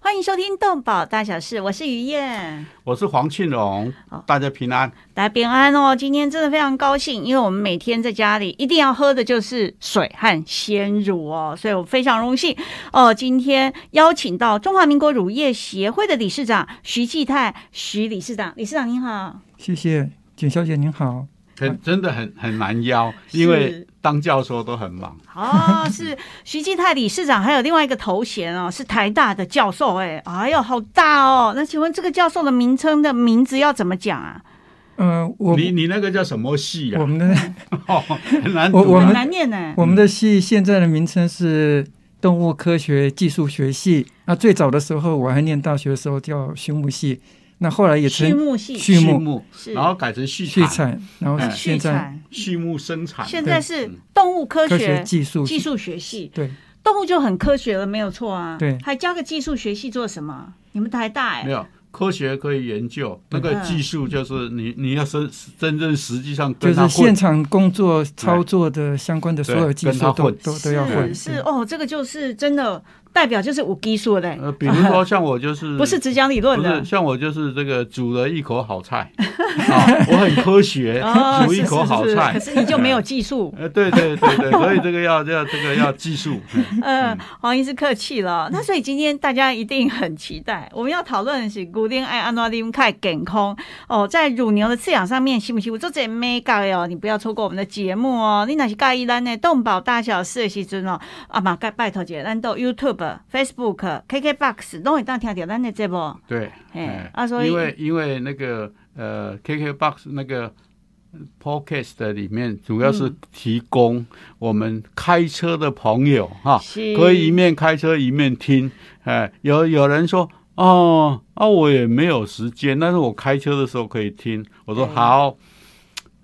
欢迎收听《动保大小事》，我是于燕，我是黄庆荣，哦大家平安。大家平安哦！今天真的非常高兴，因为我们每天在家里一定要喝的就是水和鲜乳哦，所以我非常荣幸哦。今天邀请到中华民国乳业协会的理事长徐继泰，徐理事长，理事长您好。谢谢简小姐您好，很真的很很难邀，因为是当教授都很忙。哦， 是徐继泰理事长，还有另外一个头衔哦，是台大的教授、哎，哎呦，好大哦！那请问这个教授的名称的名字要怎么讲啊？呃，我你你那个叫什么系我啊？们嗯的哦 很难我读我很啊。们难念呢、我们的系现在的名称是动物科学技术学系。那最早的时候，我还念大学的时候叫畜牧系，那后来也畜称牧系畜畜牧牧，是然后改成畜畜产，产，然后哎畜现在产，畜牧生产。现在是嗯动物科科学学技术技系术学系，对动物就很科学了，没有错啊。对还加个技术学系做什么？你们台大哎、没有科学可以研究，那个嗯技术就是你你要真真正实际上就跟他是现混，场工作操作的相关的所有技对跟他术都混都都要是会。是哦，这个就是真的代表就是无技术的、呃，比如说像我就 是不是只讲理论不的是，。像我就是这个煮了一口好 菜，啊，我很科学哦，， 煮是一口好是是菜。。可是你就没有技术呃，对对对对，所以这个要要这个要技术。 嗯，黄医师客气了。那所以今天大家一定很期待，我们要讨论的是古丁爱安诺丁凯健康哦，在乳牛的饲养上面辛不辛苦？做这没搞哦，你不要错过我们的节目哦。你哪是介意咱的动保大小事的时阵哦，啊嘛该拜托姐，咱到 YouTube、Facebook、KKBox 都会当听到咱的节目。对，嘿哎啊所以因为因为那个呃，KKBox 那个 Podcast 里面主要嗯是提供我们开车的朋友哈，是可以一面开车一面听。哎，有有人说。哦，啊，我也没有时间，但是我开车的时候可以听。我说对好，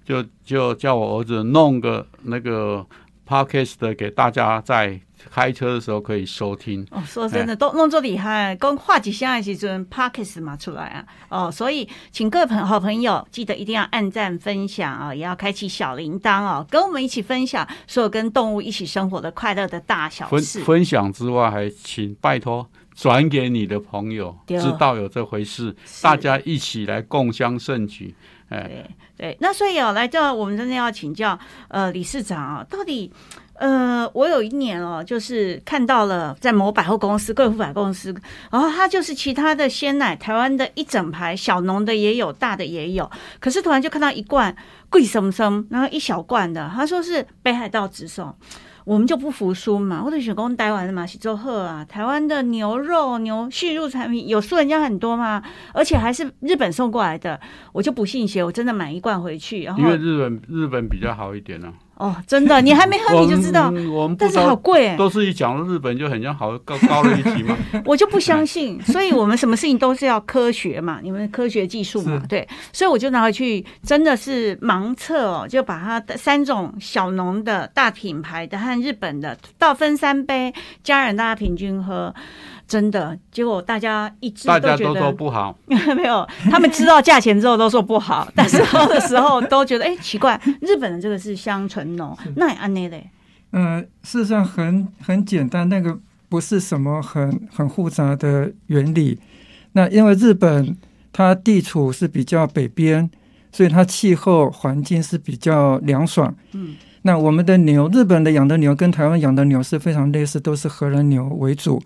就就叫我儿子弄个那个 podcast 给大家在开车的时候可以收听。哦，说真哎的，都弄作厉害，光画几下的时阵 p o c k e t 嘛出来啊，哦，所以请各位朋好朋友记得一定要按赞分享啊、也要开启小铃铛哦，跟我们一起分享所有跟动物一起生活的快乐的大小分事。分享之外，还请拜托转给你的朋友，对哦知道有这回事，是大家一起来共襄盛举。哎，对对，那所以哦，来到我们真的要请教呃理事长啊、到底呃，我有一年哦，就是看到了在某百货公司、贵妇百货公司，然后它就是其他的鲜奶，台湾的一整排小农的也有，大的也有，可是突然就看到一罐贵生生，然后一小罐的，他说是北海道直送。我们就不服输嘛，或者选工台湾的嘛，喜洲鹤啊，台湾的牛肉、牛畜乳产品有输人家很多吗？而且还是日本送过来的，我就不信邪，我真的买一罐回去，然后因为日本日本比较好一点呢、啊哦，真的，你还没喝我你就知道，们我们不但知是好道。贵哎、都是一讲到日本就很像好高 高了一级嘛，我就不相信， 所以我们什么事情都是要科学嘛，你们科学技术嘛，对，所以我就拿回去，真的是盲测哦，就把它的三种小农的大品牌的和日本的倒分三杯，家人大家平均喝，真的，结果大家一致大都家觉 都得说不好。没有，他们知道价钱之后都说不好，但是喝的时候都觉得哎、奇怪，日本的这个 是香醇浓，那也安内嘞，呃，事实上很很简单，那个不是什么很很复杂的原理。那因为日本它地处是比较北边，所以它气候环境是比较凉爽。嗯，那我们的牛，日本的养的牛跟台湾养的牛是非常类似，都是荷兰牛为主。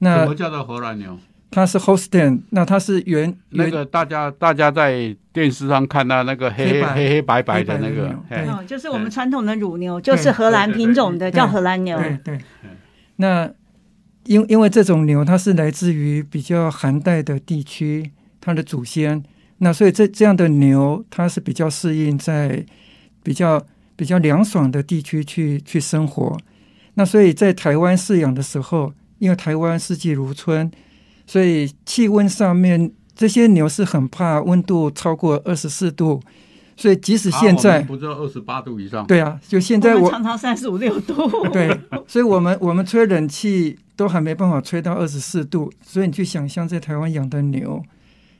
什那么叫做荷兰牛？它是 Holstein，那它是原那原个大家大家在电视上看到那个黑黑黑白黑黑白白的黑白那的个牛，嘿对哦，就是我们传统的乳牛，就是荷兰哎对对对品种的，对叫荷兰牛。对对。那因因为这种牛，它是来自于比较寒带的地区，它的祖先，那所以这这样的牛，它是比较适应在比较比较凉爽的地区去去生活。那所以在台湾饲养的时候，因为台湾四季如春，所以气温上面这些牛是很怕温度超过二十四度，所以即使啊现我在们，不知道二十八度以上，对啊，就现在我我 们常常三十五六度，对，所以我们我们吹冷气都还没办法吹到二十四度，所以你去想象在台湾养的牛，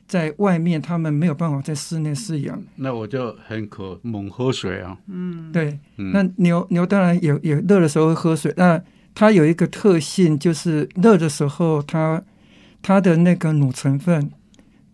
在外面他们没有办法在室内饲养。那我就很渴，猛喝水啊。对，嗯那牛牛当然也也热的时候会喝水，那它有一个特性就是热的时候它它的那个乳成分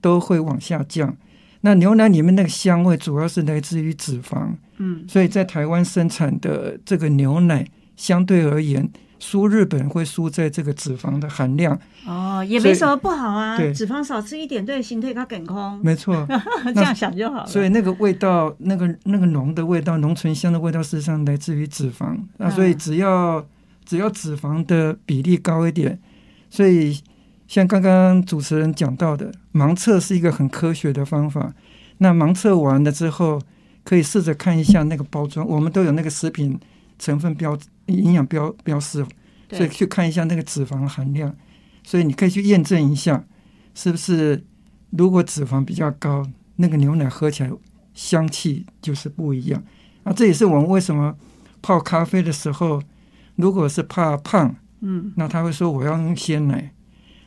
都会往下降。那牛奶里面那个香味主要是来自于脂肪，嗯，所以在台湾生产的这个牛奶相对而言，输日本会输在这个脂肪的含量。哦，也所没以什么不好啊，对脂肪少吃一点，对身体较健康，没错， 这样想就好了。所以那个味道，那个那个浓的味道，浓醇香的味道，事实上来自于脂肪。那所以嗯只要只要脂肪的比例高一点，所以像刚刚主持人讲到的，盲测是一个很科学的方法。那盲测完了之后，可以试着看一下那个包装，我们都有那个食品成分标营养标标示，所对，以去看一下那个脂肪含量。所以你可以去验证一下，是不是如果脂肪比较高，那个牛奶喝起来香气就是不一样。啊，这也是我们为什么泡咖啡的时候，如果是怕胖，嗯那他会说我要用鲜奶；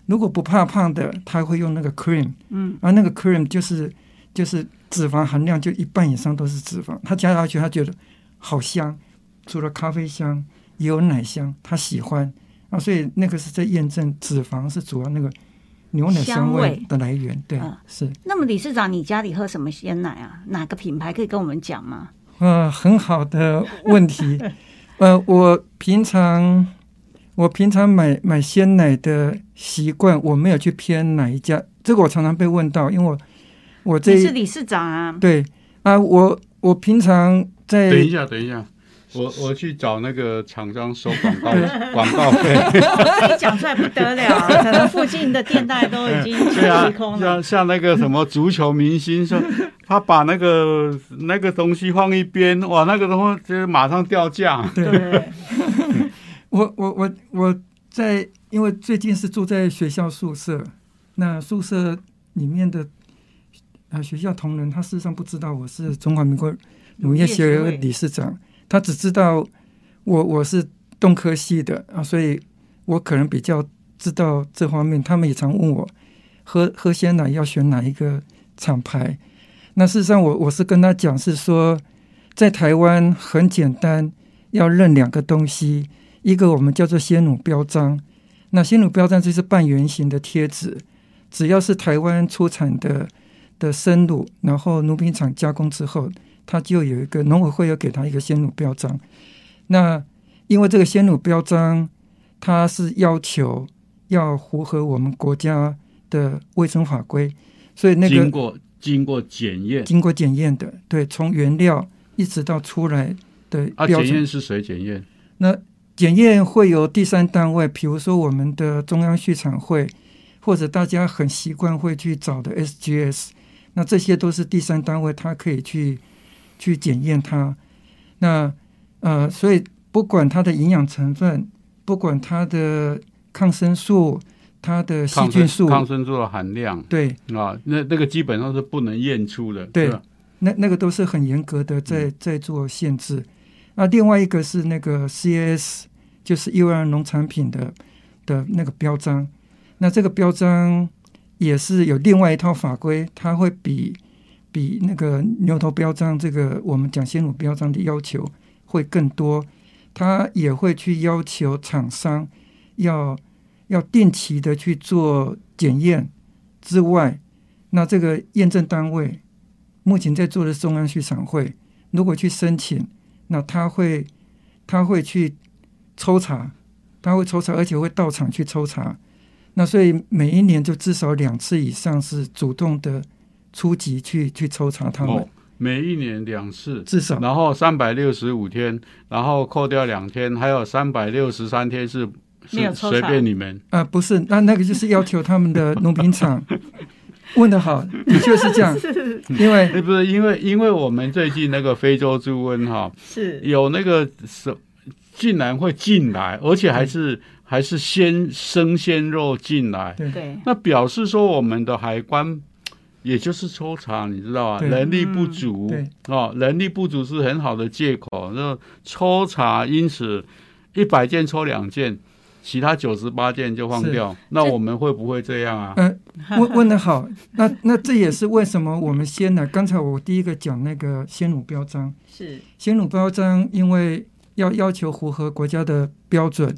如果不怕胖的，他会用那个 cream，嗯，啊而那个 cream 就是就是脂肪含量就一半以上都是脂肪，他加下去他觉得好香，除了咖啡香也有奶香，他喜欢啊，所以那个是在验证脂肪是主要那个牛奶香香味味的来源，对嗯，是那么理事长，你家里喝什么鲜奶啊？哪个品牌可以跟我们讲吗？呃很好的问题，呃，我平常。我平常买买鲜奶的习惯，我没有去偏哪一家，这个我常常被问到，因为我我这你一是理事长啊，对啊，我我平常在等一下，等一下，我我去找那个厂商收广告广告 费。一哎讲出来不得了，可能附近的店大家都已经对啊清空，了。像像那个什么足球明星说，他把那个那个东西放一边，哇，那个东西就是马上掉价。对，我我我我在，因为最近是住在学校宿舍，那宿舍里面的啊学校同仁，他事实上不知道我是中华民国乳业协会理事长，他只知道我我是动科系的啊，所以我可能比较知道这方面。他们也常问我喝喝鲜奶要选哪一个厂牌。那事实上我，我是跟他讲是说，在台湾很简单，要认两个东西，一个我们叫做鲜乳标章，那鲜乳标章就是半圆形的贴纸，只要是台湾出产的的生乳，然后乳品厂加工之后，它就有一个农委会有给它一个鲜乳标章。那因为这个鲜乳标章，它是要求要符合我们国家的卫生法规，所以那个经过经过检验经过检验的，对，从原料一直到出来的啊，标检准。验是谁检验？那检验会由第三单位，比如说我们的中央畜产会，或者大家很习惯会去找的 SGS，那这些都是第三单位，它可以去去检验它。那呃，所以不管它的营养成分，不管它的抗生素、它的细抗菌生素，抗生素的含量对，啊，那那个基本上是不能验出的。对是吧那那个都是很严格的在在做限制。那另外一个是那个 CAS，就是优良农产品的的那个标章。那这个标章也是有另外一套法规，它会比比那个牛头标章这个我们讲鲜乳标章的要求会更多。它也会去要求厂商要要定期的去做检验之外，那这个验证单位目前在做的是中央市场会，如果去申请，那他会他会去抽查，他会抽查，而且会到场去抽查。那所以每一年就至少两次以上是主动的出击去去抽查他们，哦，每一年两次。至 少然后三百六十五天，然后扣掉两天，还有三百六十三天是没有是抽查随便你们。 啊、不是，那那个就是要求他们的农品厂问得好，的确是这样，是因为哎，不是因为因为我们最近那个非洲猪瘟哈，是，有那个什竟然会进来，而且还是还是鲜生鲜肉进来，对对，那表示说我们的海关。也就是抽查，你知道啊，对人力不足嗯哦，人力不足是很好的借口。那抽查，因此一百件抽两件，其他九十八件就放掉，那我们会不会这样啊？嗯、问问的好，那那这也是为什么我们先来。刚才我第一个讲那个先弩标章，是先弩标章因为要要求符合国家的标准，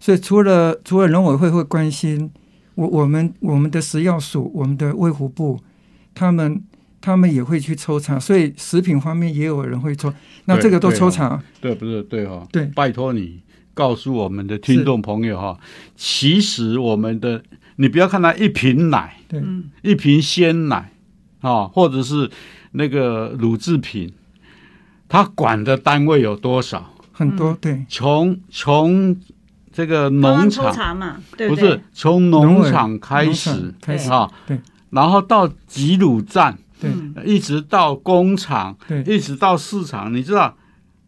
所以除了除了农委会会关心我我们我们的食药署、我们的卫福部，他们他们也会去抽查，所以食品方面也有人会抽，那这个都对啊抽查。对，不是对哈、哦？对拜托你告诉我们的听众朋友哈、其实我们的你不要看它一瓶奶，对嗯，一瓶鲜奶啊、或者是那个乳制品，它管的单位有多少？很多对，从从这个农抽场查嘛，对不对？是从农农委场开农始场开始啊，对，然后到集乳站，对嗯一直到工厂，对一直到市场，你知道，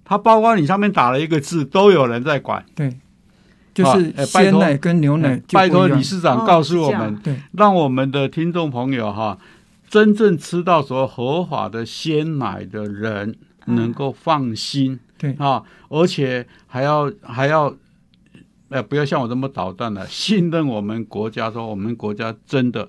它包括你上面打了一个字，都有人在管。对，就啊是哎拜鲜托奶跟牛奶就拜不托一样理事长哦告诉我是这们，样对让我们的听众朋友哈，真正吃到所合法的鲜奶的人嗯能够放心对啊，而且还要还要。呃，不要像我这么捣蛋了，信任我们国家，说我们国家真的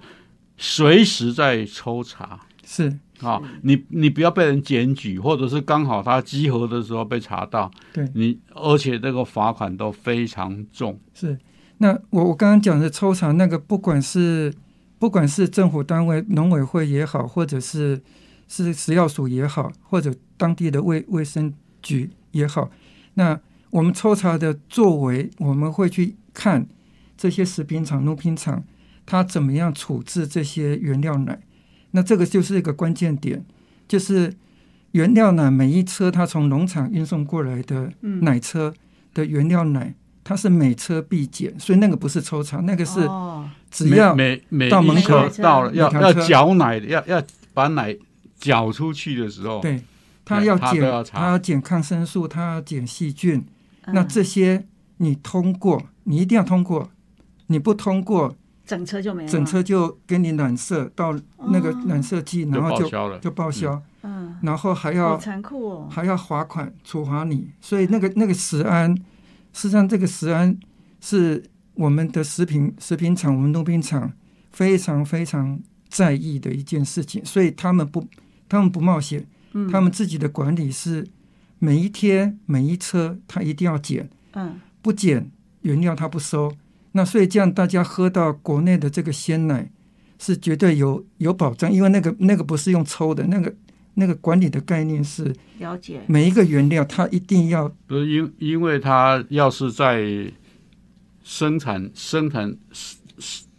随时在抽查是，啊，你你不要被人检举，或者是刚好他集合的时候被查到，对你，而且这个罚款都非常重，是。那我我刚刚讲的抽查那个，不管是不管是政府单位、农委会也好，或者是是食药署也好，或者当地的卫卫生局也好，那我们抽查的作为，我们会去看这些食品厂、农品厂，它怎么样处置这些原料奶。那这个就是一个关键点，就是原料奶每一车它从农场运送过来的嗯奶车的原料奶，它是每车必检，所以那个不是抽查，那个是哦只要每每到每门一口车到了要每要趟车搅奶，要要把奶搅出去的时候，对，它要他检都要，查它要检抗生素，它要检细菌，嗯那这些你通过，你一定要通过，你不通过，整车就没了，整车就给你染色到那个啊哦染色剂，然后报就销了。就报销，嗯，然后还好要残酷哦，还要罚款处罚你，所以那个那个食安，事实上这个食安是我们的食品食品厂、我们农品厂非常非常在意的一件事情，所以他们不他们不冒险，嗯他们自己的管理是每一天每一车他一定要检，嗯不检原料他不收，那所以这样大家喝到国内的这个鲜奶是绝对有有保障，因为那个那个不是用抽的那个。那个管理的概念是，了解，每一个原料它一定要不是因因为它要是在生产生产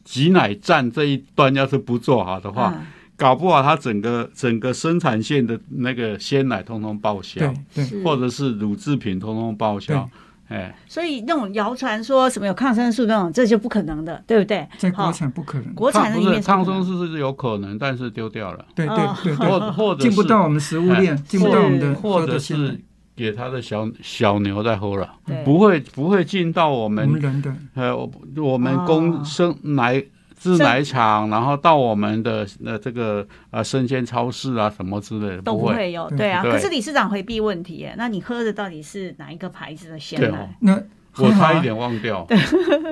挤奶站这一端要是不做好的话，嗯搞不好它整个整个生产线的那个鲜奶通通报销对，对是或者是乳制品通通报销。哎，所以那种谣传说什么有抗生素那种，这就不可能的，对不对？在好国产不可能，国它产的不里是面抗不可生能素是有可能，但是丢掉了，对对哦对对，或或者是进不到我们食物链，进不到我们的或喝者的鲜奶是给他的小小牛在喝了，对不会不会进到我我们们人的呃我我们公哦生奶制奶厂，然后到我们的呃这个呃生鲜超市啊什么之类的，都不不会。会有，对对啊。对可是理事长回避问题耶，那你喝的到底是哪一个牌子的鲜对哦奶？那我很好啊差一点忘掉，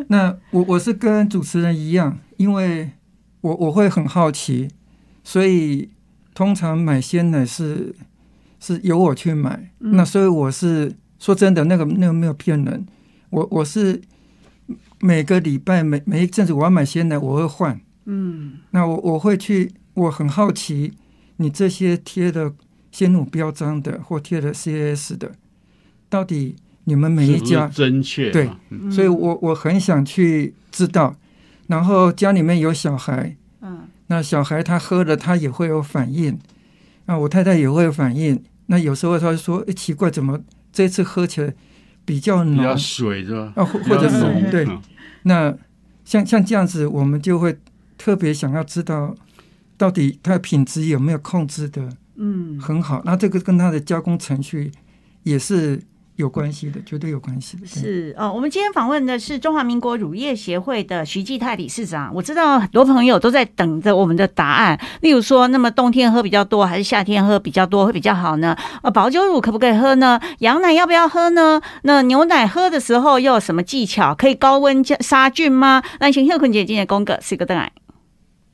那我我是跟主持人一样，因为我我会很好奇，所以通常买鲜奶是是由我去买。嗯那所以我是说真的，那个那个没有骗人，我我是每个礼拜每每一阵子我要买鲜奶，我会换。嗯，那我我会去，我很好奇，你这些贴的鲜乳标章的或贴的 CAS 的，到底你们每一是不是家真确对嘛嗯所以我我很想去知道。然后家里面有小孩，嗯，那小孩他喝了，他也会有反应。那我太太也会有反应。那有时候他就说：“诶奇怪，怎么这次喝起来比较比浓较水是吧？啊？”或或者比较浓是对，嗯那像像这样子，我们就会特别想要知道，到底它的品质有没有控制的嗯，很好。那这个跟它的加工程序也是有关系的，绝对有关系的。对是哦，我们今天访问的是中华民国乳业协会的徐继泰理事长。我知道很多朋友都在等着我们的答案，例如说，那么冬天喝比较多还是夏天喝比较多会比较好呢？呃，保酒乳可不可以喝呢？羊奶要不要喝呢？那牛奶喝的时候又有什么技巧？可以高温加杀菌吗？那请秀坤姐今天功课是个邓矮。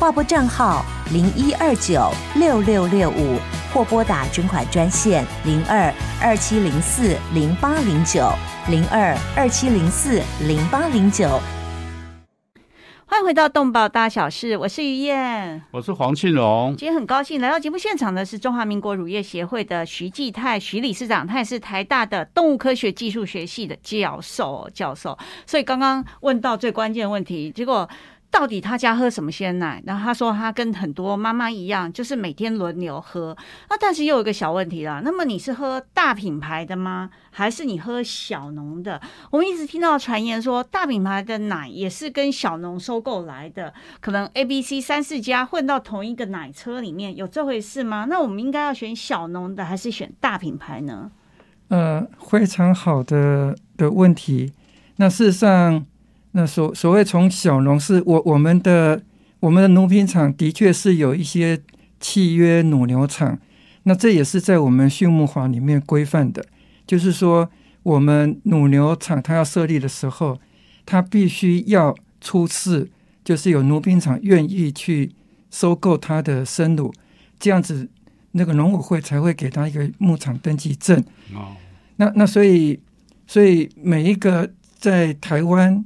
划拨账号零一二九六六六五，或拨打捐款专线零二二七零四零八零九零二二七零四零八零九。欢迎回到动保大小事，我是于燕。我是黄庆荣，今天很高兴来到节目现场的是中华民国乳业协会的徐继泰徐理事长，他也是台大的动物科学技术学系的教授教授。所以刚刚问到最关键的问题，结果到底他家喝什么鲜奶？然后他说他跟很多妈妈一样，就是每天轮流喝。那但是又有一个小问题啦，那么你是喝大品牌的吗？还是你喝小农的？我们一直听到传言说，大品牌的奶也是跟小农收购来的，可能 A、B、C 三四家混到同一个奶车里面，有这回事吗？那我们应该要选小农的，还是选大品牌呢？呃，非常好的的问题。那事实上，那所所谓从小农是我我们的我们的农品厂的确是有一些契约乳牛场，那这也是在我们畜牧法里面规范的，就是说我们乳牛场它要设立的时候，它必须要出示，就是有乳品厂愿意去收购它的生乳，这样子那个农委会才会给它一个牧场登记证。哦，那那所以，所以每一个在台湾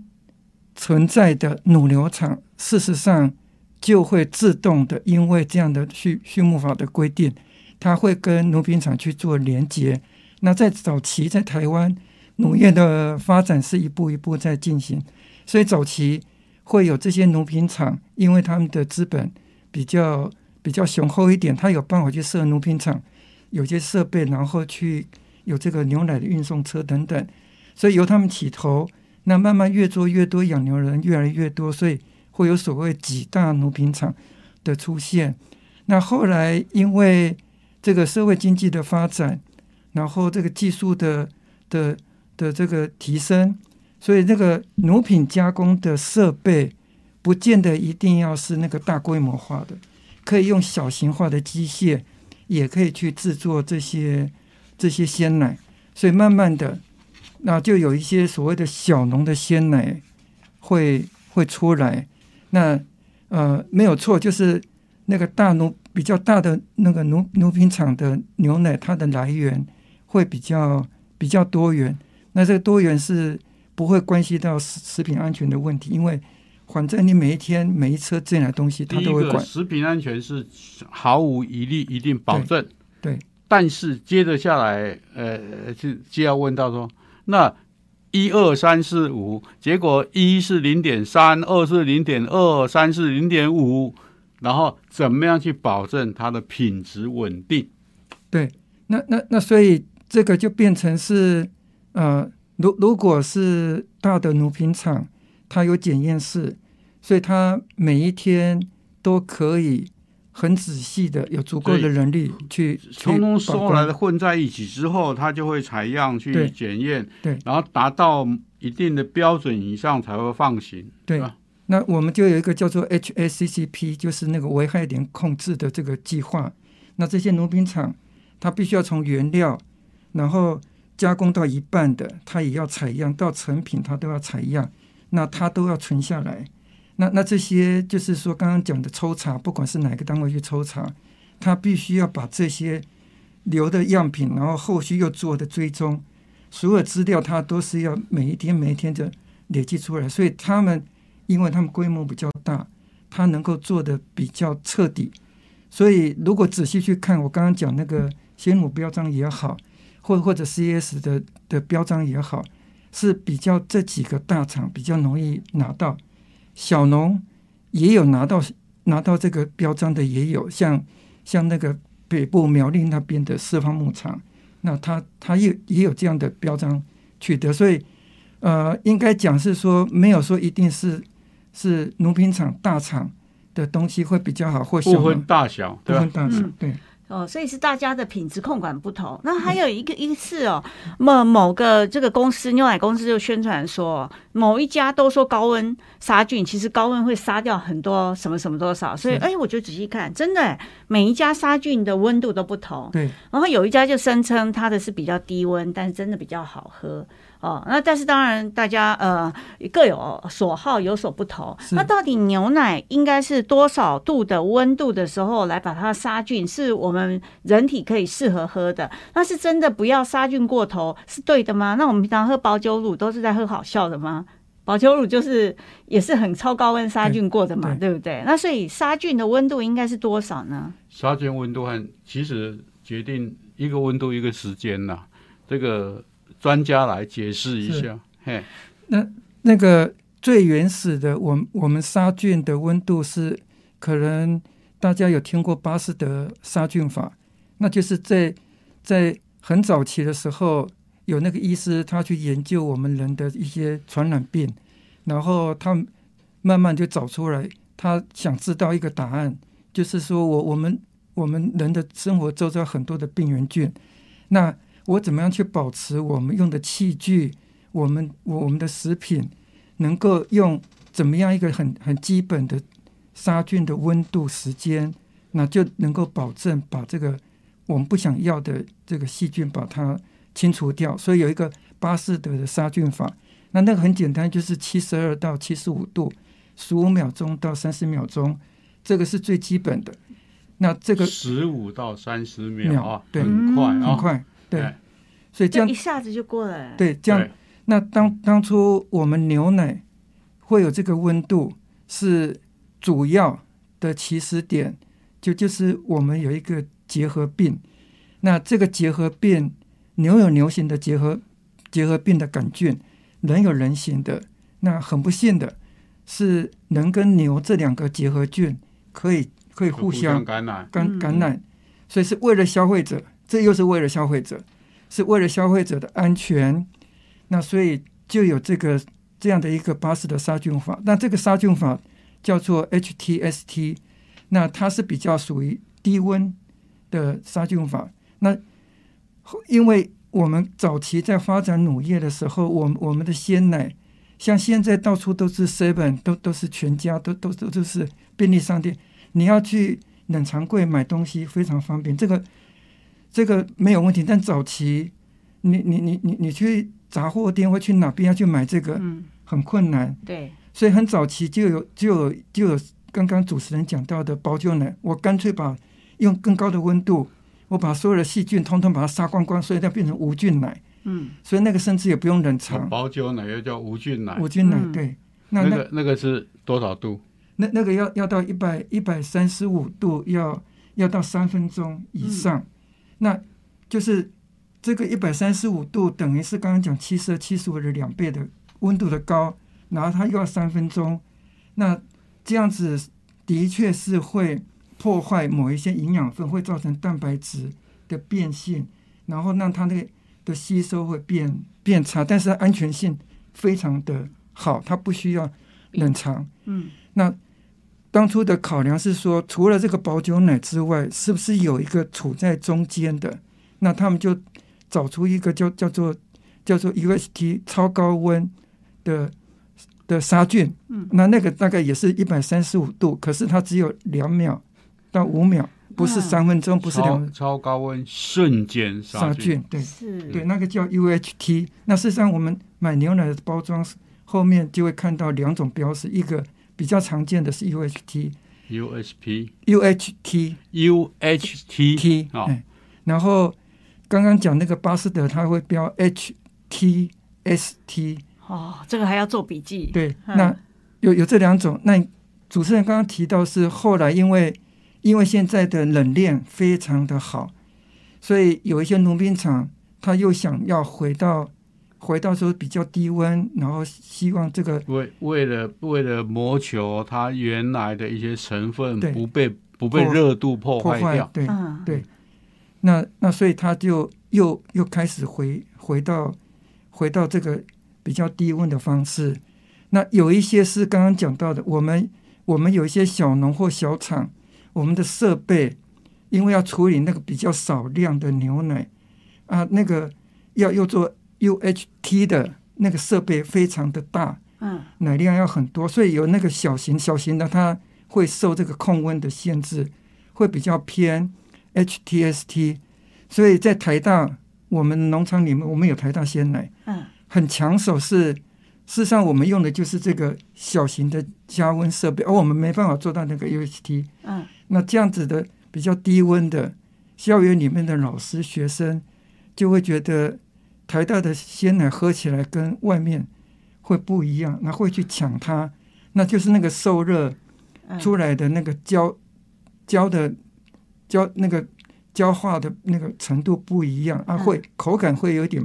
存在的乳牛场，事实上就会自动的，因为这样的畜畜牧法的规定，它会跟乳品厂去做连接。那在早期，在台湾乳业的发展是一步一步在进行，所以早期会有这些乳品厂，因为他们的资本比较比较雄厚一点，他有办法去设乳品厂，有些设备，然后去有这个牛奶的运送车等等，所以由他们起头，那慢慢越做越多，养牛人越来越多，所以会有所谓几大乳品厂的出现。那后来因为这个社会经济的发展，然后这个技术的的的这个提升，所以这个乳品加工的设备不见得一定要是那个大规模化的，可以用小型化的机械，也可以去制作这些这些鲜奶，所以慢慢的，那就有一些所谓的小农的鲜奶会会出来。那呃没有错，就是那个大农比较大的那个农农品厂的牛奶，它的来源会比较比较多元。那这个多元是不会关系到食食品安全的问题，因为反正你每一天每一车进来东西，它第一都会个管。食品安全是毫无疑虑一定保证，对，但是接着下来，呃，就就要问到说，那一二三四五，结果一是零点三，二是零点二，三是零点五，然后怎么样去保证它的品质稳定？对，那那那所以这个就变成是，呃，如如果是大的乳品厂，它有检验室，所以它每一天都可以很仔细的有足够的对人力去去通通把收关来的混在一起之后，它就会采样去对检验，对然后达到一定的标准以上才会放行。对啊，那我们就有一个叫做 HACCP，就是那个危害点控制的这个计划。那这些农品厂，它必须要从原料，然后加工到一半的，它也要采样，到成品它都要采样，那它都要存下来。那那这些就是说刚刚讲的抽查，不管是哪个单位去抽查，它必须要把这些留的样品，然后后续又做的追踪，所有资料它都是要每一天每一天的累积出来，所以他们因为他们规模比较大，它能够做的比较彻底，所以如果仔细去看我刚刚讲那个仙母标章也好，或或者 CES 的的标章也好，是比较这几个大厂比较容易拿到，小农也有拿到拿到这个标章的也有，像像那个北部苗栗那边的四方牧场，那它它也也有这样的标章取得，所以呃，应该讲是说没有说一定是是农品厂大厂的东西会比较好，或小不农分大小，不对吧啊分？大小，嗯对。哦，所以是大家的品质控管不同。那还有一个一次哦，某某个这个公司牛奶公司就宣传说，某一家都说高温杀菌，其实高温会杀掉很多什么什么多少。所以是哎，我就仔细看，真的哎每一家杀菌的温度都不同。对，然后有一家就声称它的是比较低温，但是真的比较好喝哦。那但是当然大家呃各有所好，有所不同。是那到底牛奶应该是多少度的温度的时候来把它杀菌，是我们人体可以适合喝的？那是真的不要杀菌过头是对的吗？那我们平常喝保酒乳都是在喝好笑的吗？保酒乳就是也是很超高温杀菌过的嘛，对不对？那所以杀菌的温度应该是多少呢？杀菌温度和其实决定一个温度一个时间呐、这个专家来解释一下。嘿，那个最原始的，我们我们杀菌的温度是，可能大家有听过巴斯德杀菌法，那就是在在很早期的时候，有那个医师他去研究我们人的一些传染病，然后他慢慢就找出来，他想知道一个答案，就是说我我们我们人的生活周遭很多的病原菌，那我怎么样去保持我们用的器具？我们我我们的食品能够用怎么样一个很很基本的杀菌的温度时间，那就能够保证把这个我们不想要的这个细菌把它清除掉。所以有一个巴斯德的杀菌法，那那个很简单，就是七十二到七十五度，十五秒钟到三十秒钟，这个是最基本的。那这个十五到三十秒秒啊，对很快啊，很快，对，哎所以这就样一下子就过了、欸。对这样对那当当初我们牛奶会有这个温度，是主要的起始点，就就是我们有一个结核病。那这个结核病，牛有牛型的结核结核病的杆菌，人有人型的。那很不幸的是，人跟牛这两个结核菌可以可以互互相相感染，感感染，所以是为了消费者，这又是为了消费者，是为了消费者的安全。那所以就有这个这样的一个巴斯的杀菌法。那这个杀菌法叫做 HTST，那它是比较属于低温的杀菌法。那后因为我们早期在发展乳业的时候，我们我们的鲜奶，像现在到处都是 Seven，都都是全家，都都都都是便利商店，你要去冷藏柜买东西非常方便，这个这个没有问题。但早期你你你你你去杂货店或去哪边要去买这个嗯，很困难，对，所以很早期就有就有就有刚刚主持人讲到的保酒奶，我干脆把用更高的温度，我把所有的细菌通通把它杀光光，所以它变成无菌奶，嗯，所以那个甚至也不用冷藏，保酒奶又叫无菌奶，无菌奶、嗯对。那那那个那个是多少度？那那个要要到一百一百三十五度，要要到三分钟以上，那就是这个一百三十五度等于是刚刚讲七十七十五的两倍的温度的高，然后它又要三分钟，那这样子的确是会破坏某一些营养分，会造成蛋白质的变性，然后让它那个的吸收会变变差，但是它安全性非常的好，它不需要冷藏。嗯，当初的考量是说，除了这个保酒奶之外，是不是有一个处在中间的？那他们就找出一个叫叫做叫做 UST 超高温的的杀菌，嗯，那那个大概也是一百三十五度，可是它只有两秒到五秒，不是嗯三分钟，不是两超分钟超高温瞬间杀杀菌，对，是，对，那个叫 UHT。那事实上，我们买牛奶的包装后面就会看到两种标识，一个比较常见的是 UHT，UHT ，USP、UHT 啊， T，哎哦然后刚刚讲那个巴斯德，它会标 H T S T，哦，这个还要做笔记。对，嗯那有有这两种。那主持人刚刚提到是后来因为因为现在的冷链非常的好，所以有一些农冰厂他又想要回到回到说比较低温，然后希望这个为为了为了谋求它原来的一些成分对不被不被破热度破破坏坏掉，对，嗯，对那那所以他就又又开始回回到回到这个比较低温的方式。那有一些是刚刚讲到的，我们我们有一些小农或小厂，我们的设备因为要处理那个比较少量的牛奶啊，那个要又做 UHT 的那个设备非常的大，嗯，奶量要很多，所以有那个小型小型的，它会受这个控温的限制，会比较偏 HTST。所以在台大，我们农场里面，我们有台大鲜奶，嗯，很抢手是。事实上，我们用的就是这个小型的加温设备，而我们没办法做到那个 UHT。嗯，那这样子的比较低温的校园里面的老师、学生就会觉得台大的鲜奶喝起来跟外面会不一样，那会去抢它，那就是那个受热嗯出来的那个焦焦的焦那个焦化的那个程度不一样啊，嗯会口感会有点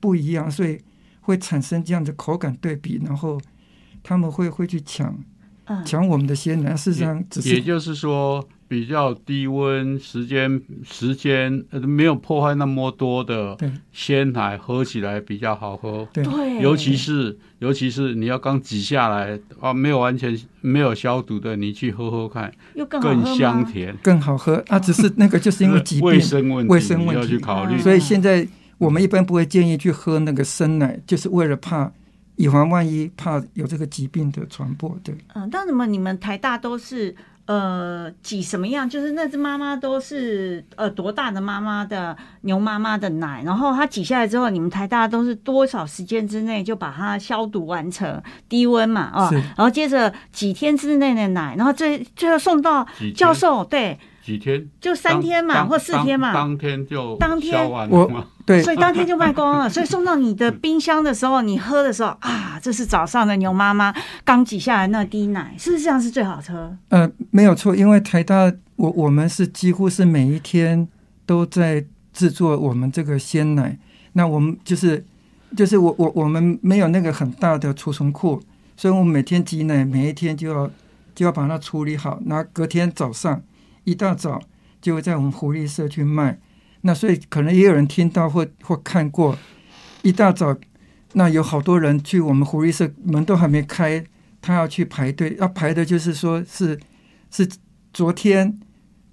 不一样，所以会产生这样的口感对比，然后他们会会去抢嗯抢我们的鲜奶，事实上只也是就是说比较低温时间时间呃没有破坏那么多的对鲜奶喝起来比较好喝，对对，尤其是尤其是你要刚挤下来啊没有完全没有消毒的，你去喝喝看，又更好喝更吗香。甜。更好喝啊，只是那个就是 因为疾病呃卫生问题，卫生问要题啊去考虑嗯。所以现在我们一般不会建议去喝那个生奶，就是为了怕以防万一，怕有这个疾病的传播。对，嗯，那怎么你们台大都是呃挤什么样？就是那只妈妈都是呃多大的妈妈的牛妈妈的奶，然后它挤下来之后，你们台大都是多少时间之内就把它消毒完成，低温嘛啊、是然后接着几天之内的奶，然后最最后送到几天教授，对，几天？就三当天嘛当或四天嘛当当天就当天消完我了吗？对所以当天就卖光了。所以送到你的冰箱的时候，你喝的时候啊，这是早上的牛妈妈刚挤下来那滴奶，是不是这样是最好喝？呃，没有错，因为台大我我们是几乎是每一天都在制作我们这个鲜奶，那我们就是就是我我我们没有那个很大的储存库，所以我们每天挤奶，每一天就要就要把它处理好，那隔天早上一大早就会在我们狐狸社去卖，那所以可能也有人听到或或看过，一大早那有好多人去我们狐狸社门都还没开，他要去排队，要排的就是说是是昨天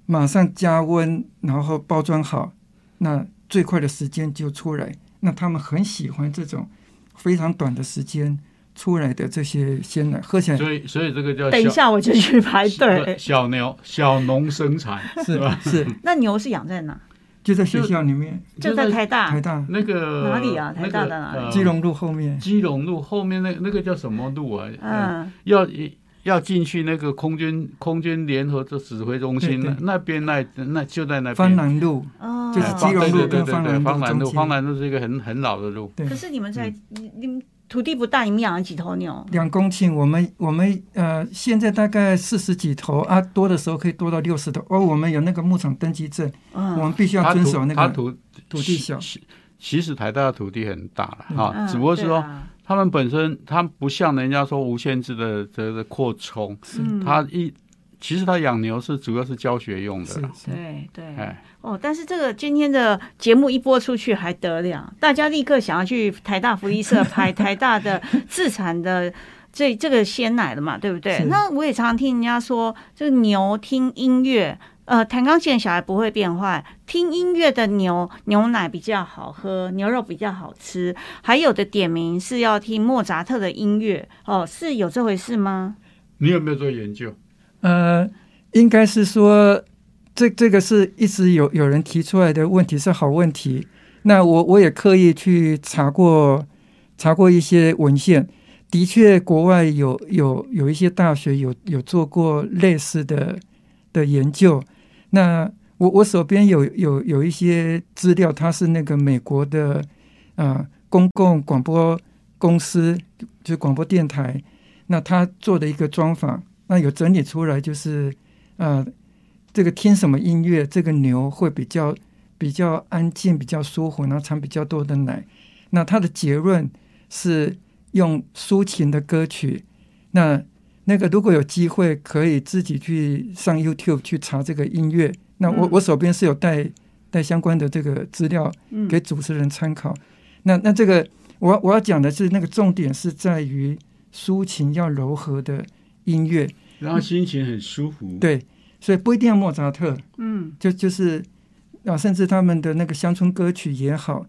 马上加温，然后包装好，那最快的时间就出来。那他们很喜欢这种非常短的时间出来的这些鲜奶，喝起来所以所以这个叫等一小下我就去排队。小牛小农生产是吧？是 那牛是养在哪？就在学校里面，就在台大台大那个哪里啊台嗯大的哪里那个呃基隆路后面，基隆路后面那那个叫什么路啊？呃，嗯，要要进去那个空军空军联合的指挥中心对对那边那那就在那方边。啊南路哦，就是基隆路对对跟对方对南路方南中路，间方南路是一个很很老的路。对可。是你们在你你们土地不大，你们养了几头牛？两公顷，我们我们呃，现在大概四十几头啊，多的时候可以多到六十头。哦，我们有那个牧场登记证，我嗯，们必须要他遵土守那他个土土地小。其其其实台大的土地很大了嗯哈、嗯只不过是对说啊他们本身，他不像人家说无限制的的的扩充，嗯他一其实他养牛是主要是教学用的是啦，是，对对哎，哦，但是这个今天的节目一播出去还得了？大家立刻想要去台大福利 社拍台大的自产的这这个鲜奶了嘛，对不对是？那我也常常听人家说，这个牛听音乐，呃，弹钢琴的小孩不会变坏，听音乐的牛牛奶比较好喝，牛肉比较好吃。还有的点名是要听莫扎特的音乐，哦，是有这回事吗？你有没有做研究？呃，应该是说这这个是一直有有人提出来的问题是好问题。那我我也刻意去查过查过一些文献，的确国外有有有一些大学有有做过类似的的研究。那我我手边有有有一些资料，它是那个美国的啊、呃公共广播公司，就是广播电台，那他做的一个装法，那有整理出来，就是呃，这个听什么音乐，这个牛会比较比较安静，比较舒服，然后产比较多的奶。那它的结论是用抒情的歌曲，那那个如果有机会，可以自己去上 YouTube 去查这个音乐。那我、嗯我手边是有带带相关的这个资料嗯给主持人参考。那那这个我我要讲的是，那个重点是在于抒情要柔和的音乐，然后心情很舒服。，对，所以不一定要莫扎特，嗯就就是啊，甚至他们的那个乡村歌曲也好，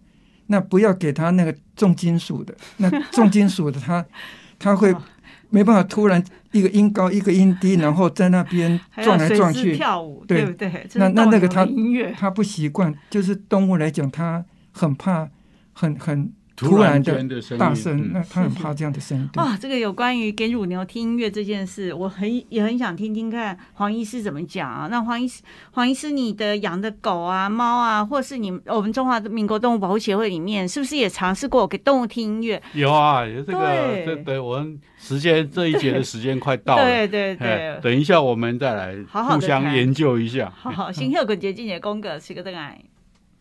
那不要给他那个重金属的，那重金属的 他他会哦没办法突然一个音高一个音低，然后在那边还撞要来随撞之去，跳舞，对对不对？这是那那斗那牛个的他音乐，他不习惯。就是动物来讲，它很怕，很很突然突间然的声音，大声，那嗯他很怕这样的声音。对哇，这个有关于给乳牛听音乐这件事，我很也很想听听看黄医师怎么讲啊。那黄医师，黄医师，你的养的狗啊、猫啊，或是你们我们中华民国动物保护协会里面，是不是也尝试过给动物听音乐？有啊，有这个对这对我们时间这一节的时间快到了，对对对，哎等一下我们再来好好地互相谈研究一下。好好， 心跳滚捷进的功课是个真爱。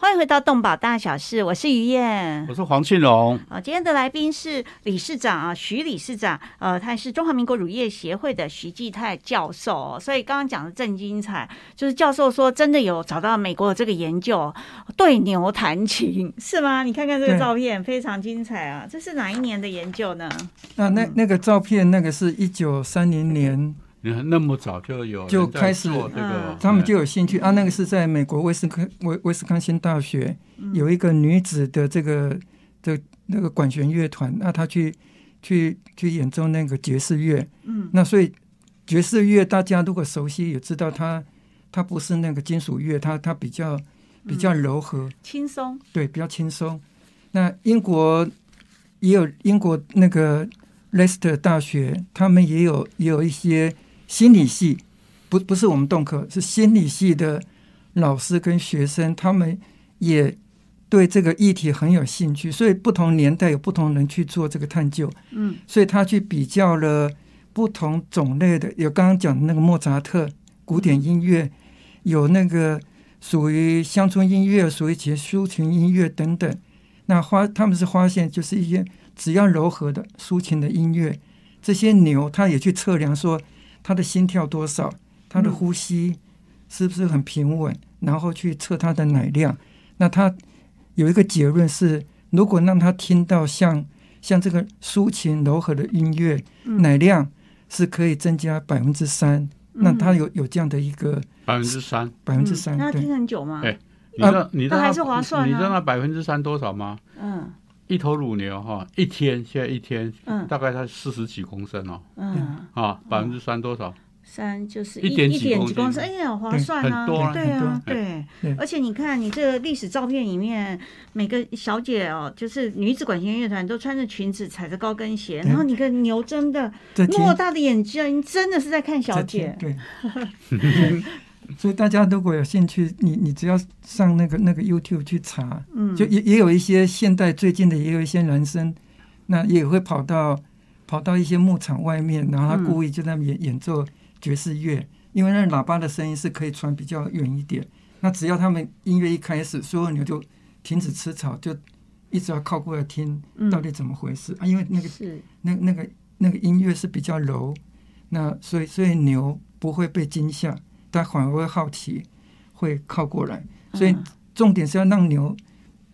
欢迎回到动保大小事，我是于燕，我是黄庆荣，啊，今天的来宾是理事长啊，徐理事长，呃，他是中华民国乳业协会的徐继泰教授哦、所以刚刚讲的正精彩，就是教授说真的有找到美国的这个研究，对牛弹琴是吗？你看看这个对照片，非常精彩啊！这是哪一年的研究呢？那那那个照片，那个是一九三零年，你看那么早就有人就在开始做这个嗯，他们就哎有兴趣啊。那个是在美国威斯康威威斯康星大学有一个女子的这个的那个管弦乐团，那她去去去演奏那个爵士乐，嗯，那所以爵士乐大家如果熟悉也知道它，它不是那个金属乐，它它比较比较柔和，轻松，对，比较轻松。那英国也有英国那个 Leicester 大学，他们也有也有一些心理系，不不是我们动科，是心理系的老师跟学生，他们也对这个议题很有兴趣，所以不同年代有不同人去做这个探究。嗯，所以他去比较了不同种类的，有刚刚讲的那个莫扎特古典音乐，有那个属于乡村音乐，属于其抒情音乐等等。那发他们是发现，就是一些只要柔和的抒情的音乐，这些牛它也去测量说它的心跳多少，它的呼吸是不是很平稳，然后去测它的奶量。那它有一个结论是，如果让它听到像像这个抒情柔和的音乐，嗯奶量是可以增加百分之三。嗯那它有有这样的一个百分之三。百分之三，那要对听很久吗？哎你知呃道你知道那还那是划算啊你知道那百分之三多少吗？嗯一头乳牛哈，一天现在一天嗯大概它四十几公升哦，嗯，啊，百分之三多少？三就是一一点一几点公几斤公升，哎呀，划对算啊，很多啊对很多啊啊，对。对而且你看，你这个历史照片里面，每个小姐哦，就是女子管弦乐团都穿着裙子，踩着高跟鞋，然后你看牛真的那这听么大的眼睛，真的是在看小在听姐。对。对所以大家如果有兴趣，你你只要上那个那个 YouTube 去查，嗯就也也有一些现代最近的也有一些男生，那也会跑到跑到一些牧场外面，然后他故意就在那边演演奏爵士乐，因为那喇叭的声音是可以传比较远一点。那只要他们音乐一开始，所有牛就停止吃草，就一直要靠过来听嗯到底怎么回事、啊？因为那个是那那个那个音乐是比较柔，那所以所以牛不会被惊吓，但反而会好奇，会靠过来。所以重点是要让牛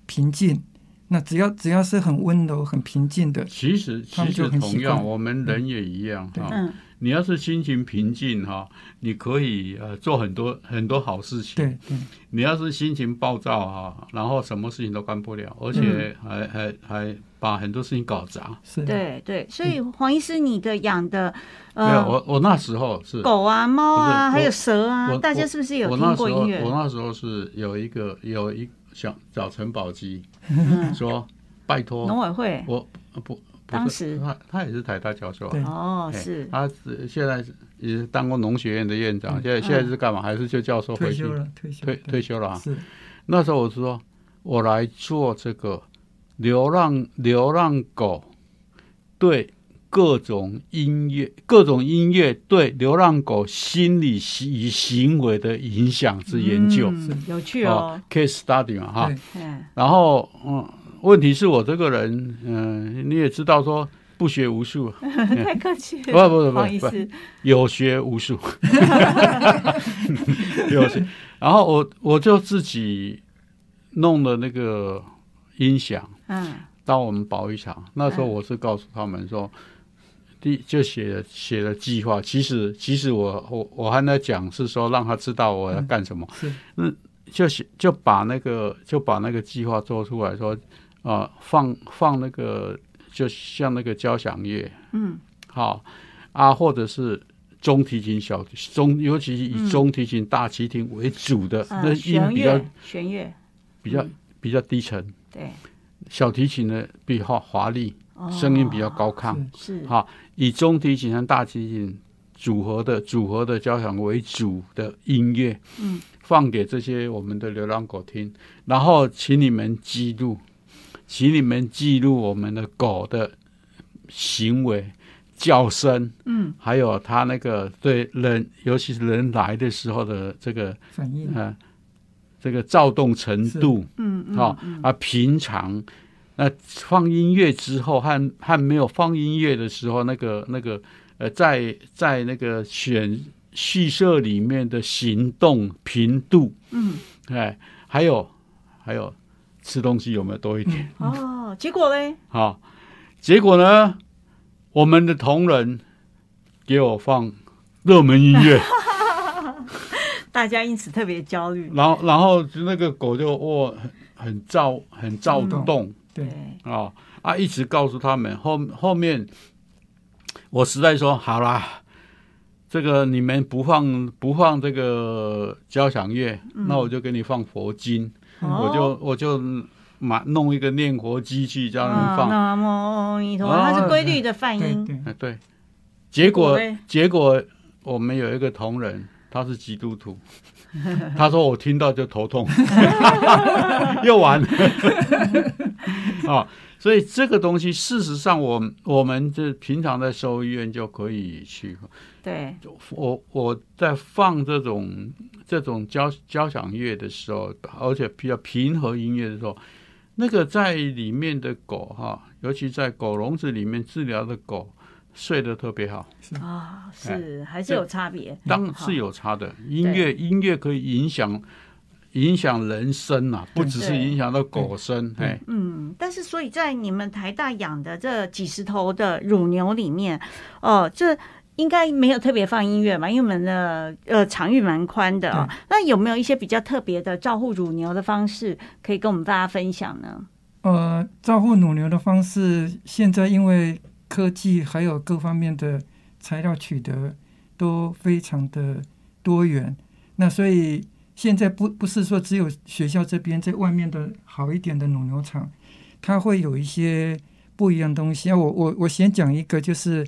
平静。那只要只要是很温柔、很平静的，其实其他们就实很同习惯样，我们人也一样哈、嗯你要是心情平静哈、你可以呃做很多很多好事情。对对你要是心情暴躁啊，然后什么事情都干不了，而且嗯还、还还把很多事情搞砸。是，对对，所以黄医师，你的养的嗯没有，呃啊我我那时候是狗啊、猫啊，不是还有我蛇啊，我大家是不是有我听那时过候音乐？我那时候是有一个有一想找陈宝基嗯说，拜托农委会我不当不时是他他也是台大教授啊，对哦哎是他是现在是也是当过农学院的院嗯长，现在现在是干嘛？还是就教授退回去休了，退休退退休休了啊？是那时候我是说，我来做这个流浪流浪狗对各种音乐、各种音乐对流浪狗心理与行为的影响之研究。啊嗯有趣哦， case study 嘛哈对，哎然后嗯，问题是我这个人，嗯、你也知道说不学无术，啊太客气了，嗯不不不不黄医不师，有学无术， 有学。然后我我就自己弄了那个音响嗯到我们保育场。那时候我是告诉他们说，第就写了写了计划。其实其实我我我和他讲是说让他知道我嗯要干什么，嗯是就写就把那个就把那个计划做出来说，啊、放放那个就像那个交响乐，嗯好啊，或者是中提琴小中，尤其是以中提琴、大提琴为主的，嗯那弦音比较乐弦乐比较比较低沉，对小提琴呢比较华丽，哦声音比较高亢。是好，以中提琴和大提琴组合的组合的交响为主的音乐，嗯，放给这些我们的流浪狗听，然后请你们记录，请你们记录我们的狗的行为、叫声，嗯，还有它那个对人，尤其是人来的时候的这个反应呃这个躁动程度，嗯嗯好、啊，平常那放音乐之后和和没有放音乐的时候，那个那个呃，在在那个选戏社里面的行动频度，嗯哎，还有还有吃东西有没有多一点？哦，结果嘞 好、结果呢，我们的同仁给我放热门音 乐，大家因此特别焦虑，然后然后那个狗就哇、很很躁很躁嗯动。对对哦啊，一直告诉他们后后面，我实在说好啦，这个你们不放不放这个交响乐，那我就给你放佛经，嗯我哦就我就买弄一个念佛机器叫人啊放，南无阿弥陀佛，哦它是规律的泛对音，对哎、对，结果对结果我们有一个同仁，他是基督徒， 他说我听到就头痛， 又完 了啊！所以这个东西，事实上我们我们这平常在兽医院就可以去，对我我在放这种这种交交响乐的时候，而且比较平和音乐的时候，那个在里面的狗哈，尤其在狗笼子里面治疗的狗，睡得特别嗯好，啊，是还是有差别，哎当然是有差的。音乐音乐可以影响影响人生呐、不只是对影响到狗生，哎，嗯，但是所以在你们台大养的这几十头的乳牛里面，哦、这应该没有特别放音乐嘛，因为我们的呃场域蛮宽的啊、那有没有一些比较特别的照护乳牛的方式可以跟我们大家分享呢？呃，照顾乳牛的方式，现在因为科技还有各方面的材料取得都非常的多元，那所以现在不不是说只有学校这边，在外面的好一点的乳牛场，它会有一些不一样的东西。啊我我我先讲一个，就是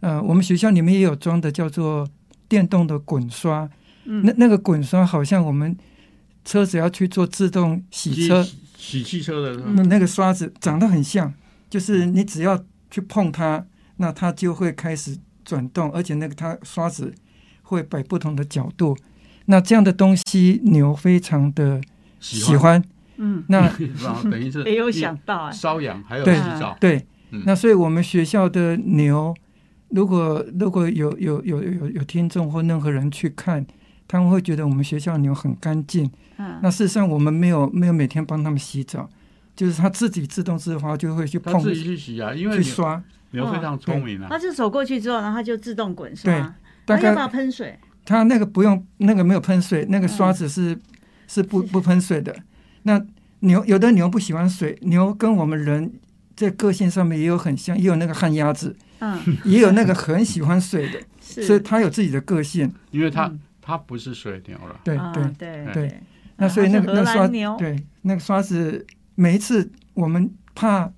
呃，我们学校里面也有装的叫做电动的滚刷，嗯那那个滚刷好像我们车子要去做自动洗车。嗯洗洗汽车的时候，那那个刷子长得很像，就是你只要去碰它，那它就会开始转动，而且那个它刷子会摆不同的角度。那这样的东西牛非常的喜欢，嗯，那 然后等于是没有想到哎、瘙痒，还有对洗澡，对，嗯那所以我们学校的牛，如果如果有有有有有听众或任何人去看，他们会觉得我们学校牛很干净。嗯，那事实上我们没有没有每天帮他们洗澡，就是他自己自动自发就会去他碰自己去洗啊，因为去牛刷，嗯牛非常聪明他啊，就走过去之后，然后它就自动滚对刷，大它要不要概喷水？他那个不用那个没有喷水，那个刷子是、是不嗯是不喷水的。那牛有的牛不喜欢水，牛跟我们人在个性上面也有很像，也有那个旱鸭子， 嗯，也有那个很喜欢水的。 是，所以它有自己的个性。因为它嗯它不是水牛了，对啊对，对对对，那啊所以它那是个荷那兰刷牛，对那个刷子，每一次我们怕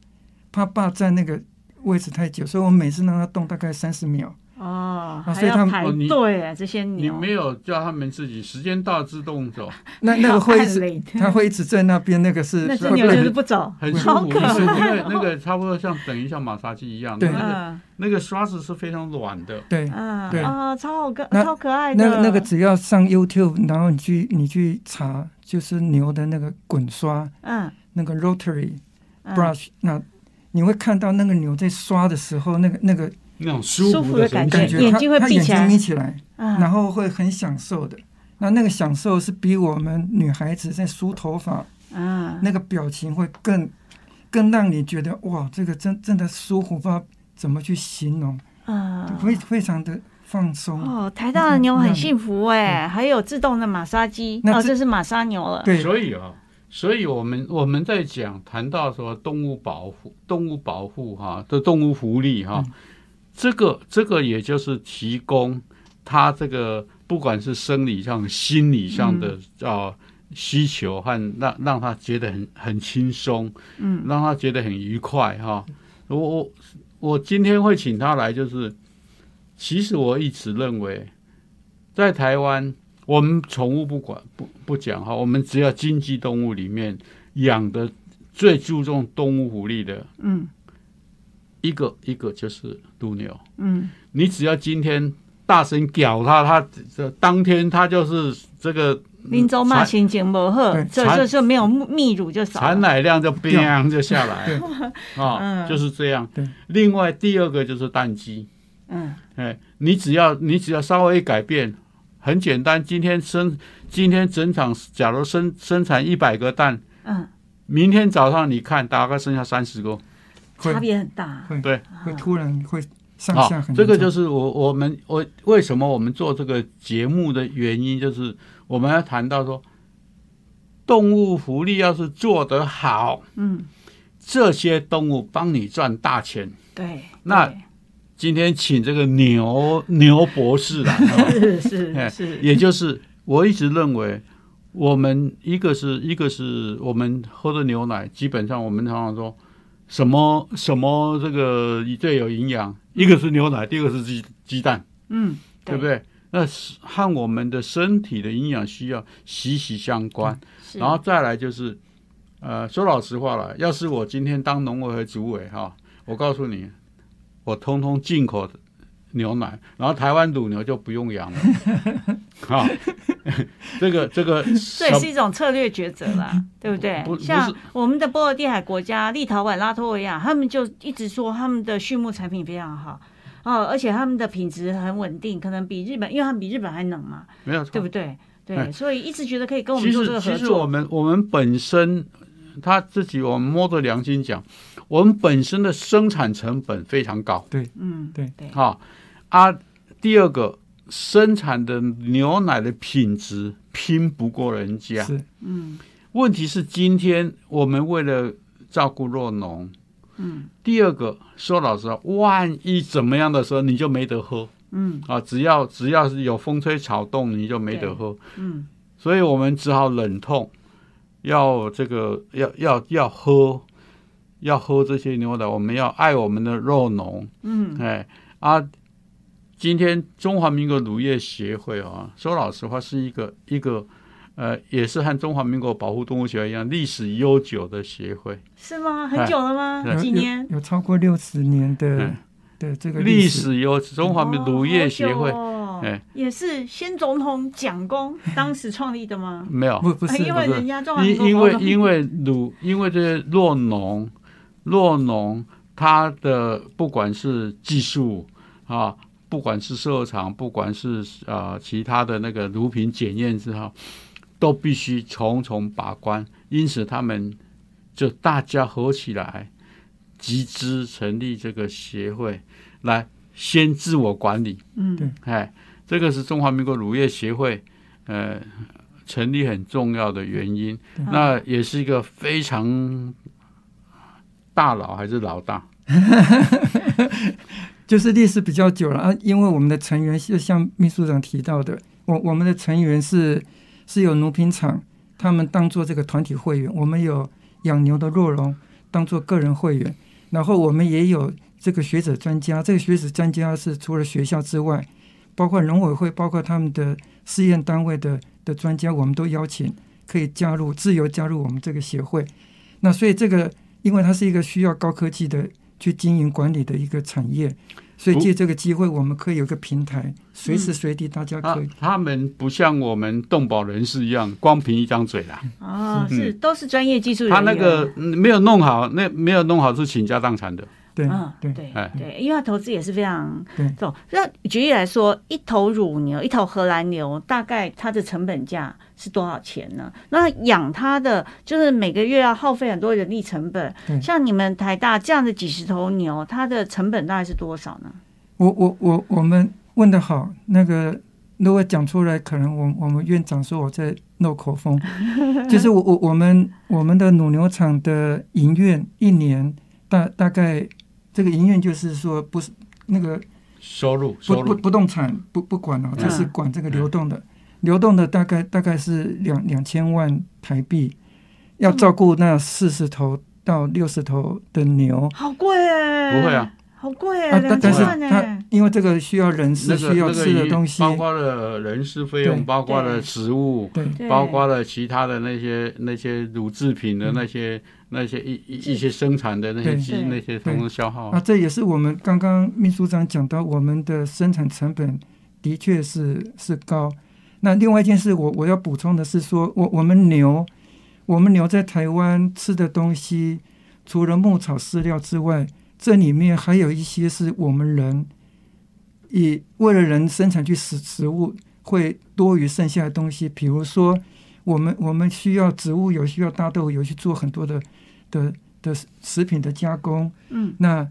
怕霸占那个位置太久，所以我们每次让它动大概三十秒。哦，啊还所以要他们排哦你队啊，这些你牛没有叫他们自己时间到自动 走，那那个会一看直，累的它会一直在那边，那个是 那只会牛就是累。不走，很舒好服，可是因为爱。那个差不多像等于像马杀鸡一样，对那个嗯那个刷子是非常软的，对，嗯对啊，超好可那超可爱的那个那个只要上 YouTube，然后你去你去查，就是牛的那个滚刷，嗯那个 rotary 嗯 brush，那你会看到那个牛在刷的时候，那个那个那种舒舒服的神感感情觉眼它，睛会它闭眼起来睛眯起来。然嗯后会很享受的。那那个享受是比我们女孩子在梳头发嗯，那个表情会更更让你觉得哇，这个真真的舒服，不知道怎么去形容，嗯会非常的放松。哦，台大的牛很幸福哎，还有自动的马杀鸡嗯那哦，这这是马杀牛了。对，所以啊，所以我们我们在讲谈到说动物保护、动物保护哈、的动物福利哈、这个这个也就是提供它这个不管是生理上、心理上的啊、需求和让让他觉得很很轻松，嗯，让他觉得很愉快哈、我我我今天会请他来，就是其实我一直认为，在台湾我们宠物不管不不讲哈，我们只要经济动物里面养的最注重动物福利的，嗯，一个一个就是乳牛，嗯，你只要今天大声屌它，它这当天它就是这个林州嘛，心情不好，嗯对这产这就没有泌乳就少产了。奶量就 biang 就下来了啊、嗯就是这样对。另外第二个就是蛋鸡，嗯哎，你只要你只要稍微改变，很简单。今天生，今天整场假如生生产一百个蛋，嗯，明天早上你看大概剩下三十个。会差别很大。会对会突然会上好下啊很，这个严重就是我我们我为什么我们做这个节目的原因，就是我们要谈到说，动物福利要是做得好，嗯，这些动物帮你赚大钱。对。那今天请这个牛牛博士来。哈对 是 哎是也就是我一直认为，我们一个是一个是我们喝的牛奶，基本上我们常常说什么什么这个最有营养，一个是牛奶，第二个是鸡鸡蛋，嗯，对不？对？那是和我们的身体的营养需要息息相关。是然后再来就是，呃，说老实话了，要是我今天当农委会主委哈，我告诉你，我通通进口牛奶，然后台湾乳牛就不用 养了，哈，这个这个这也什是一种策略抉择啦，嗯对不对不？不是像我们的波罗的海国家，立陶宛、拉脱维亚，他们就一直说他们的畜牧产品非常好。哦，而且他们的品质很稳定，可能比日本，因为他们比日本还冷嘛，没有错对不对？对，哎所以一直觉得可以跟我其们做实这个合其实我作。们我们本身他自己，我们摸着良心讲，我们本身的生产成本非常高。嗯，对对，哈啊，第二个生产的牛奶的品质拼不过人家。是嗯问题是今天我们为了照顾弱农，嗯第二个说老实话，万一怎么样的时候你就没得喝嗯啊！只要只要是有风吹草动，你就没得喝，嗯，所以我们只好忍痛，要这个要要要喝，要喝这些牛奶，我们要爱我们的肉农，嗯，哎啊。今天中华民国乳业协会啊，说老实话是一个一个，呃，也是和中华民国保护动物协会一样历史悠久的协会。是吗？很久了哎吗？有几有年？有超过六十年的嗯的这个历史，史悠，中华民哦乳业协好会久哦哦哎，也是先总统蒋公当时创立的吗？没有，不不是哎因为不是人家中华民因国因为总统因为鲁因为这些弱农，弱农他的不管是技术啊，不管是设厂，不管是呃其他的那个乳品检验之后，都必须重重把关，因此他们就大家合起来集资成立这个协会，来先自我管理。嗯对哎，这个是中华民国乳业协会，呃，成立很重要的原因。那也是一个非常大佬还是老大，就是历史比较久了啊，因为我们的成员就像秘书长提到的，我我们的成员是是有奴品厂，他们当做这个团体会员，我们有养牛的弱龙当做个人会员，然后我们也有这个学者专家，这个学者专家是除了学校之外，包括农委会，包括他们的试验单位的的专家，我们都邀请可以加入自由加入我们这个协会。那所以这个，因为它是一个需要高科技的去经营管理的一个产业，所以借这个机会，我们可以有个平台，随时随地大家他可以。他们不像我们动保人士一样，光凭一张嘴啦。啊，是都是专业技啊术人他员。那个嗯没有弄好，那没有弄好是倾家荡产的。对嗯，对对，对哎因为它投资也是非常对重。那举例来说，一头乳牛、一头荷兰牛，大概它的成本价是多少钱呢？那养它的就是每个月要耗费很多人力成本。对像你们台大这样的几十头牛，它的成本大概是多少呢？我我我我们问的好，那个如果讲出来，可能我我们院长说我在漏口风，就是我我我们我们的乳牛场的营运一年大大概这个营运就是说不是那个收入，收不不入，不动产不不管哦，嗯就是管这个流动的，流动的大概大概是两两千万台币，要照顾那四十头到六十头的牛。好贵哎、不会啊，好贵哎、啊，但两千但是万它哎、因为这个需要人那事，个需要那个吃的也东西，包括了人事费用，对包括了对食物，对对包括了其他的那些那些乳制品的那些、那些一一一些生产的那些对鸡对那些通通消耗啊，。这也是我们刚刚秘书长讲到，我们的生产成本的确是是高。那另外一件事我，我要补充的是说，我我们牛，我们牛在台湾吃的东西，除了牧草饲料之外，这里面还有一些是我们人以为了人生产去食食物会多余剩下的东西，比如说我们我们需要植物油，需要大豆油去做很多的的的食品的加工，嗯，那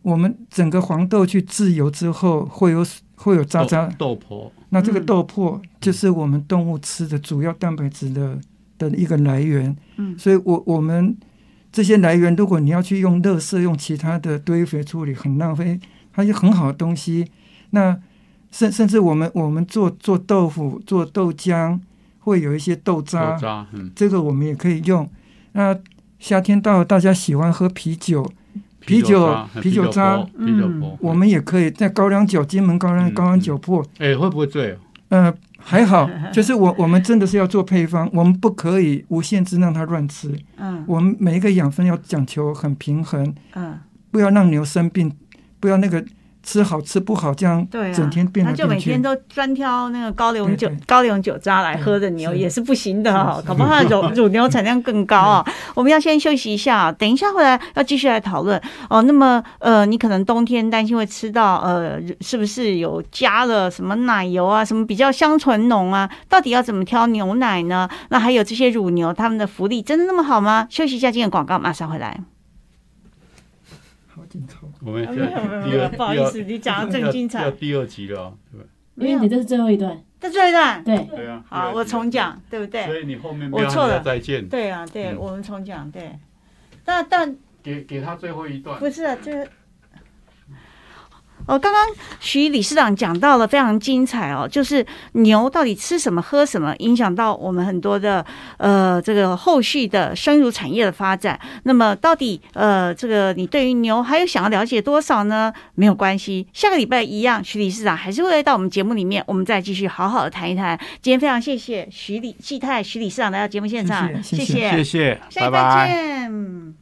我们整个黄豆去制油之后，会有会有渣渣。豆豆粕，那这个豆粕就是我们动物吃的主要蛋白质的的一个来源。嗯所以我我们这些来源，如果你要去用垃圾、用其他的堆肥处理，很浪费。它是很好的东西。那甚甚至我们我们做做豆腐、做豆浆，会有一些豆渣。豆渣，嗯，这个我们也可以用。那夏天到了，大家喜欢喝啤酒，啤酒酒渣，啤啤酒渣粕啤酒嗯粕。我们也可以在高粱酒、金门高粱、嗯高粱酒粕，哎，会不会醉哦？呃，还好，就是我我们真的是要做配方，我们不可以无限制让它乱吃，嗯我们每一个养分要讲求很平衡，嗯，不要让牛生病，不要那个吃好吃不好这样对啊，整天变他来就每变天去。都专挑那个高粱酒对对、高粱酒渣来喝的牛对也是不行的哦是，是嗯搞不好乳 乳牛产量更高啊。我们要先休息一下啊，等一下回来要继续来讨论哦。那么呃，你可能冬天担心会吃到呃，是不是有加了什么奶油啊，什么比较香醇浓啊？到底要怎么挑牛奶呢？那还有这些乳牛，它们的福利真的那么好吗？休息一下，今天的广告马上回来。好紧凑，我们啊现没有 没有在第没有二，不好第意二思，你讲到正精彩要，第二集了哦，对吧？因为你这是最后一段，在这一段，对，对啊。第好，二我集重。讲，对不对？所以你后面我没有错喊他了再见，对啊，对，嗯我们重讲对，但但给给他最后一段。不是啊，这。哦，刚刚徐理事长讲到了非常精彩哦，就是牛到底吃什么、喝什么，影响到我们很多的呃这个后续的生乳产业的发展。那么到底呃这个你对于牛还有想要了解多少呢？没有关系，下个礼拜一样，徐理事长还是会到我们节目里面，我们再继续好好的谈一谈。今天非常谢谢徐理季泰徐理事长来到节目现场，谢谢谢谢谢谢，下拜一拜拜。见。